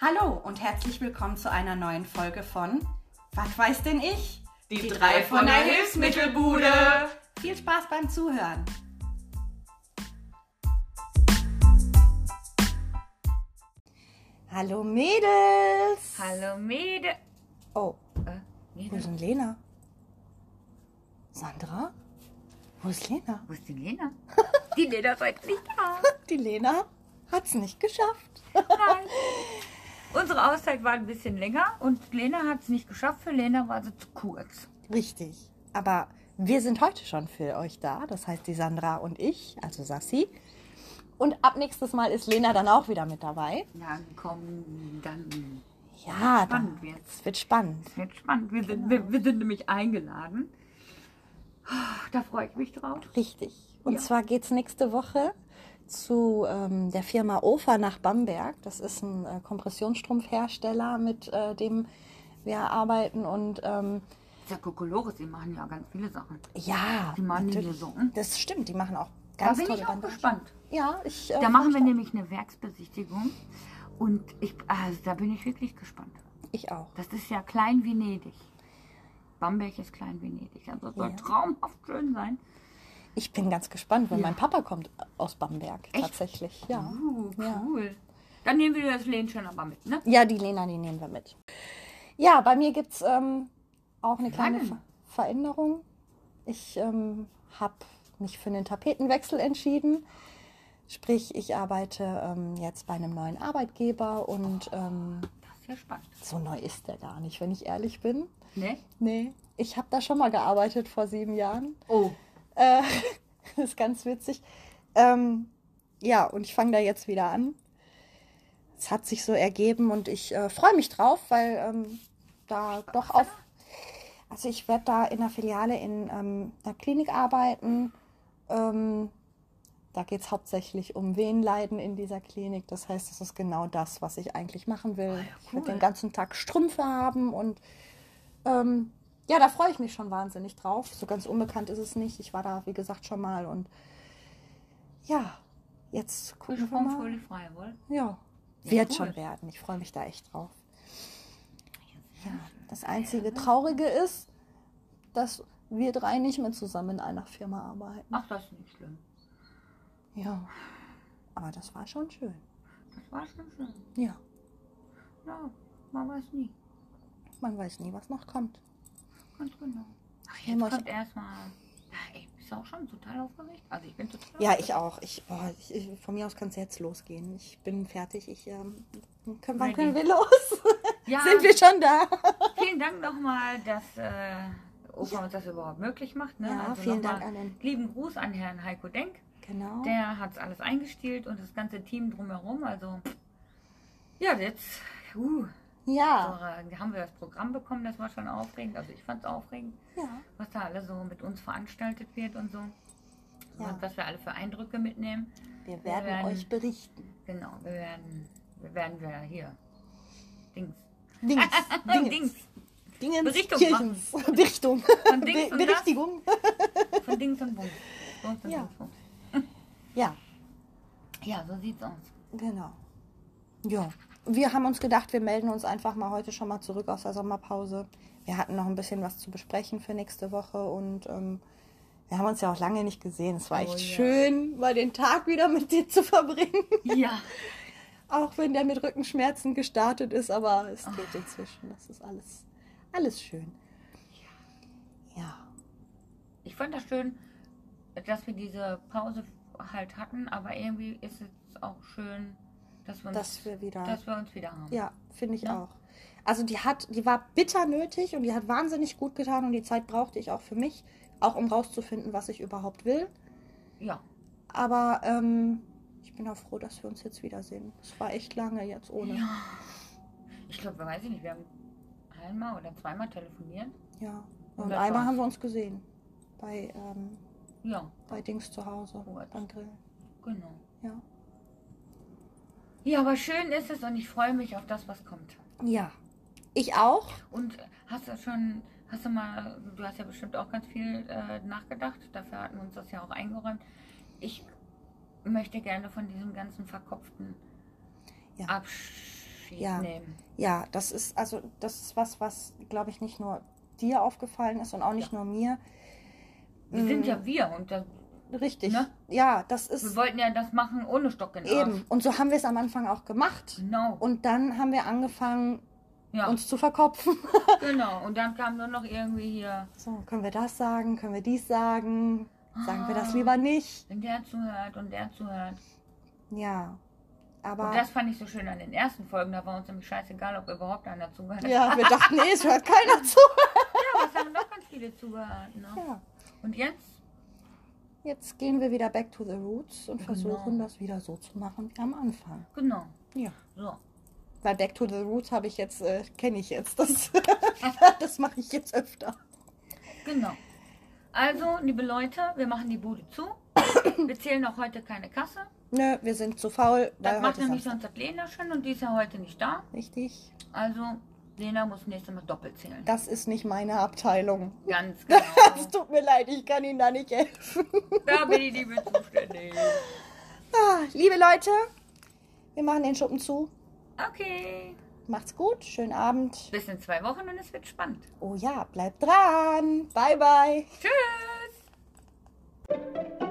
Hallo und herzlich willkommen zu einer neuen Folge von Was weiß denn ich? Die, drei von der Hilfsmittelbude. Viel Spaß beim Zuhören. Hallo Mädels. Hallo Mede. Oh, Äh, wo ist Mede? denn Lena? Sandra? Wo ist Lena? Wo ist die Lena? Die Lena ist heute nicht da. Die Lena hat's nicht geschafft. Nein. Unsere Auszeit war ein bisschen länger und Lena hat es nicht geschafft. Für Lena war sie zu kurz. Richtig. Aber wir sind heute schon für euch da. Das heißt, die Sandra und ich, also Sassi. Und ab nächstes Mal ist Lena dann auch wieder mit dabei. Dann komm, dann Ja, dann spannend wird's. es wird spannend. Es wird spannend. Wir sind, wir, wir sind nämlich eingeladen. Da freue ich mich drauf. Richtig. Und Ja. zwar geht es nächste Woche zu ähm, der Firma OFA nach Bamberg. Das ist ein äh, Kompressionsstrumpfhersteller, mit äh, dem wir arbeiten. Und ähm, Der Kokolores, die machen ja ganz viele Sachen. ja, Die machen die natürlich. Socken? das stimmt. Die machen auch Da ganz bin tolle ich auch Bandagen. gespannt. Ja, ich. äh, Da freu machen mich wir drauf. nämlich eine Werksbesichtigung. Und ich, also da bin ich wirklich gespannt. Ich auch. Das ist ja klein Venedig. Bamberg ist klein Venedig. Also das soll Ja. traumhaft schön sein. Ich bin ganz gespannt, weil mein Papa kommt aus Bamberg Echt? tatsächlich. Ja. Uh, Ja. cool. Dann nehmen wir das Lehnchen aber mit, ne? ja, die Lena, die nehmen wir mit. Ja, bei mir gibt es ähm, auch eine kleine Wann? Ver Veränderung. Ich ähm, habe mich für einen Tapetenwechsel entschieden. Sprich, ich arbeite ähm, jetzt bei einem neuen Arbeitgeber und ähm, Das ist ja spannend. so neu ist der gar nicht, wenn ich ehrlich bin. Ne? Nee, ich habe da schon mal gearbeitet vor sieben Jahren. Oh, Äh, das ist ganz witzig. Ähm, ja, und ich fange da jetzt wieder an. Es hat sich so ergeben und ich äh, freue mich drauf, weil ähm, da doch auf. Also ich werde da in der Filiale in ähm, einer Klinik arbeiten. Ähm, da geht es hauptsächlich um Wehenleiden in dieser Klinik. Das heißt, das ist genau das, was ich eigentlich machen will. Ich cool. will den ganzen Tag Strümpfe haben und ähm, ja, da freue ich mich schon wahnsinnig drauf. So ganz unbekannt ist es nicht. Ich war da, wie gesagt, schon mal und ja, jetzt gucken wir gesprungen mal. völlig frei, wohl? Ja, Ja, wird cool. schon werden. Ich freue mich da echt drauf. Ja, das ne? einzige Traurige ist, dass wir drei nicht mehr zusammen in einer Firma arbeiten. Ach, das ist nicht schlimm. Ja, aber das war schon schön. Das war schon schön. Ja, Ja, man weiß nie. man weiß nie, was noch kommt. Ganz genau. Ach, nehm jetzt euch- kommt erstmal. Ja, ey, bist du auch schon total aufgeregt? Also ich bin total Ja, aufgeregt. ich auch. Ich, oh, ich, ich, von mir aus kann es jetzt losgehen. Ich bin fertig. Ich, ähm, können, wann Ready. können wir los? Ja, Sind wir schon da? vielen Dank nochmal, dass äh, Opa uns das überhaupt möglich macht. Ne? Ja, Also vielen nochmal Dank an den. Lieben Gruß an Herrn Heiko Denk. Genau. Der hat es alles eingestielt und das ganze Team drumherum. Also, ja, jetzt uh, ja, so, äh, haben wir das Programm bekommen. Das war schon aufregend. Also, ich fand es aufregend, ja, was da alles so mit uns veranstaltet wird und so. Ja. Und was wir alle für Eindrücke mitnehmen. wir werden, werden- euch berichten. Genau, wir werden, wir werden wir hier. Dings. Dings, Dings. Dingens, Dingens, Berichtung Kirchens, Berichtung, Von Be Dings und Berichtigung. Das, von Dings und Bums. Bums und Ja. Bums. Ja, ja, so sieht's aus. genau. Ja, wir haben uns gedacht, wir melden uns einfach mal heute schon mal zurück aus der Sommerpause. Wir hatten noch ein bisschen was zu besprechen für nächste Woche und ähm, wir haben uns ja auch lange nicht gesehen. Es war Oh echt ja. schön, mal den Tag wieder mit dir zu verbringen. Ja, Auch wenn der mit Rückenschmerzen gestartet ist, aber es geht inzwischen. Das ist alles, alles schön. Ja. ich fand das schön, dass wir diese Pause halt hatten, aber irgendwie ist es auch schön, dass wir uns Dass wir wieder. dass wir uns wieder haben. ja, finde ich Ja. auch. Also die hat, die war bitter nötig und die hat wahnsinnig gut getan und die Zeit brauchte ich auch für mich, auch um rauszufinden, was ich überhaupt will. Ja. Aber ähm, ich bin auch froh, dass wir uns jetzt wiedersehen. Es war echt lange jetzt ohne. Ja. ja. Ich glaube, wir weiß ich nicht, wir haben einmal oder zweimal telefoniert. Und, Und das einmal war's. haben wir uns gesehen. Bei, ähm, Ja, bei Dings zu Hause. Gut. Beim Grillen. genau. Ja. Ja, aber schön ist es und ich freue mich auf das, was kommt. Ja. Ich auch. Und hast du schon, hast du mal, du hast ja bestimmt auch ganz viel äh, nachgedacht, dafür hatten wir uns das ja auch eingeräumt. Ich möchte gerne von diesem ganzen verkopften Ja. Abschied Abschied Ja. nehmen. Ja, das ist also das ist was, was glaube ich nicht nur dir aufgefallen ist und auch nicht nur mir. Wir Mm, sind ja wir und das, richtig. ne? Ja, das wir ist wollten ja das machen ohne Stock in den eben. Und so haben wir es am Anfang auch Arsch. gemacht. Genau. Und dann haben wir angefangen, ja, uns zu verkopfen. genau. Und dann kam nur noch irgendwie hier, So, können wir das sagen? Können wir dies sagen? Sagen wir das Ah. lieber nicht? wenn der zuhört und der zuhört. Ja. Und Aber das fand ich so schön an den ersten Folgen. Da war uns nämlich scheißegal, ob überhaupt einer zugehört hat. ja, wir dachten, nee, es hört keiner zu. Aber es haben doch ganz viele zugehört. Ne? Ja. Und jetzt? Jetzt gehen wir wieder back to the roots und versuchen Genau. das wieder so zu machen wie am Anfang. Genau. Ja. So. Weil Back to the Roots habe ich jetzt, äh, kenne ich jetzt. Das, das mache ich jetzt öfter. Genau. Also, liebe Leute, wir machen die Bude zu. Wir zählen auch heute keine Kasse. Nö, wir sind zu faul, Das weil macht heute nämlich ist sonst das Lena schon und die ist ja heute nicht da. richtig. Also, Lena muss nächstes Mal doppelt zählen. Das ist nicht meine Abteilung. Ganz genau. Es tut mir leid, ich kann Ihnen da nicht helfen. da bin ich nicht mehr zuständig. Ah, liebe Leute, wir machen den Schuppen zu. Okay. Macht's gut, schönen Abend. Bis in zwei Wochen und es wird spannend. Oh ja, bleibt dran. Bye, bye. Tschüss.